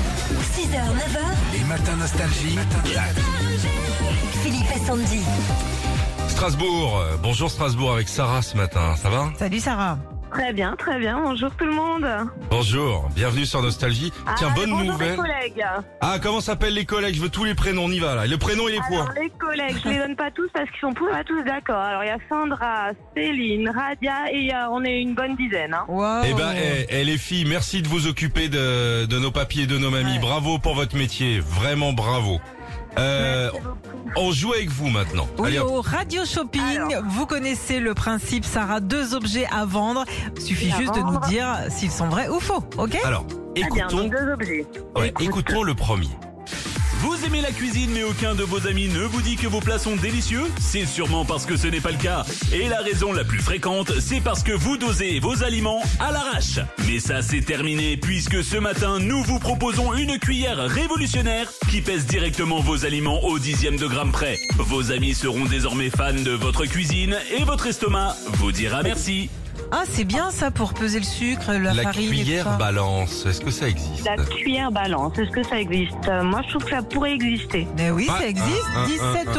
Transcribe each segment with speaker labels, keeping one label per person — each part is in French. Speaker 1: 6h, 9h,
Speaker 2: Les matins nostalgie.
Speaker 1: Philippe et Sandy.
Speaker 2: Strasbourg. euh, Bonjour Strasbourg avec Sarah ce matin. Ça va
Speaker 3: Salut Sarah.
Speaker 4: Très bien, très bien. Bonjour tout le monde.
Speaker 2: Bonjour. Bienvenue sur Nostalgie. Tiens,
Speaker 4: Ah,
Speaker 2: bonne
Speaker 4: bonjour
Speaker 2: nouvelle.
Speaker 4: les collègues.
Speaker 2: Ah, comment s'appellent les collègues Je veux tous les prénoms. On y va là. Et Le prénom et les poids.
Speaker 4: Alors, les collègues, je les donne pas tous parce qu'ils sont pas tous d'accord. Alors, il y a Sandra, Céline, Radia et il y a- on est une bonne dizaine. hein.
Speaker 3: Wow.
Speaker 2: Eh ben, eh, eh, les filles, merci de vous occuper de, de nos papiers et de nos mamies.
Speaker 3: Ouais.
Speaker 2: Bravo pour votre métier. Vraiment bravo. Euh, on joue avec vous maintenant.
Speaker 3: Oui,
Speaker 2: Allez, hop.
Speaker 3: au Radio Shopping,
Speaker 4: Alors.
Speaker 3: vous connaissez le principe, Sarah, deux objets à vendre. Suffit
Speaker 4: Et à
Speaker 3: juste de nous
Speaker 4: vendre.
Speaker 3: dire s'ils sont vrais ou faux, ok
Speaker 2: Alors,
Speaker 4: Très bien,
Speaker 2: écoutons,
Speaker 4: donc deux objets.
Speaker 2: ouais, écoutons le premier.
Speaker 5: Vous aimez la cuisine mais aucun de vos amis ne vous dit que vos plats sont délicieux C'est sûrement parce que ce n'est pas le cas. Et la raison la plus fréquente, c'est parce que vous dosez vos aliments à l'arrache. Mais ça c'est terminé puisque ce matin, nous vous proposons une cuillère révolutionnaire qui pèse directement vos aliments au dixième de gramme près. Vos amis seront désormais fans de votre cuisine et votre estomac vous dira merci.
Speaker 3: Ah, c'est bien ça pour peser le sucre, la,
Speaker 2: La
Speaker 3: farine. et tout
Speaker 2: cuillère bah.
Speaker 3: ça.
Speaker 2: balance. Est-ce que ça existe
Speaker 4: La cuillère balance, est-ce que ça existe Euh, Moi, je trouve que ça pourrait exister.
Speaker 3: Mais oui,
Speaker 2: Ah,
Speaker 3: ça existe.
Speaker 2: ah, ah,
Speaker 3: 17,90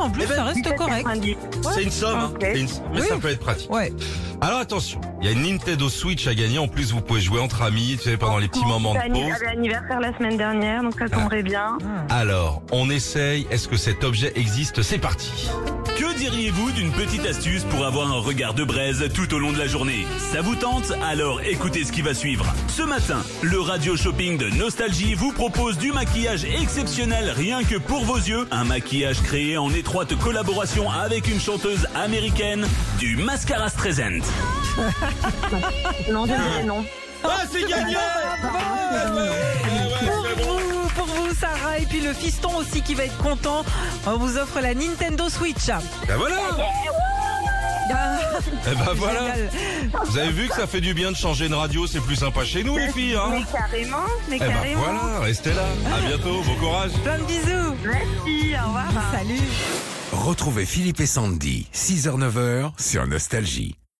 Speaker 3: euros en plus,
Speaker 2: Eh ben,
Speaker 3: ça reste correct.
Speaker 4: 17,90.
Speaker 2: C'est une somme, hein.
Speaker 4: Ok.
Speaker 2: C'est une- mais
Speaker 3: Oui.
Speaker 2: ça peut être pratique.
Speaker 3: Ouais.
Speaker 2: Alors attention, il y a une Nintendo Switch à gagner. En plus, vous pouvez jouer entre amis, tu sais, pendant les petits moments de
Speaker 4: Anni-
Speaker 2: pause.
Speaker 4: J'avais anniversaire la semaine dernière, donc ça tomberait bien.
Speaker 2: Ah. Alors, on essaye. Est-ce que cet objet existe C'est parti.
Speaker 5: Que diriez-vous d'une petite astuce pour avoir un regard de braise tout au long de la journée Ça vous tente Alors écoutez ce qui va suivre. Ce matin, le radio shopping de Nostalgie vous propose du maquillage exceptionnel rien que pour vos yeux. Un maquillage créé en étroite collaboration avec une chanteuse américaine du Mascara Streisand.
Speaker 4: Non, je dirais non.
Speaker 2: Ah, c'est gagné Ben
Speaker 3: Pour vous, pour vous, Sarah, et puis le fiston aussi qui va être content. On vous offre la Nintendo Switch.
Speaker 2: Ben voilà
Speaker 3: Ah,
Speaker 2: Eh ben voilà
Speaker 3: génial.
Speaker 2: Vous avez vu que ça fait du bien de changer de radio, c'est plus sympa chez nous les filles, hein
Speaker 4: Mais carrément, mais
Speaker 2: Eh ben
Speaker 4: carrément.
Speaker 2: voilà, restez là. À bientôt, bon courage
Speaker 3: Plein de bisous.
Speaker 4: Merci, au revoir.
Speaker 3: Salut.
Speaker 6: Retrouvez Philippe et Sandy, 6h-9h sur Nostalgie.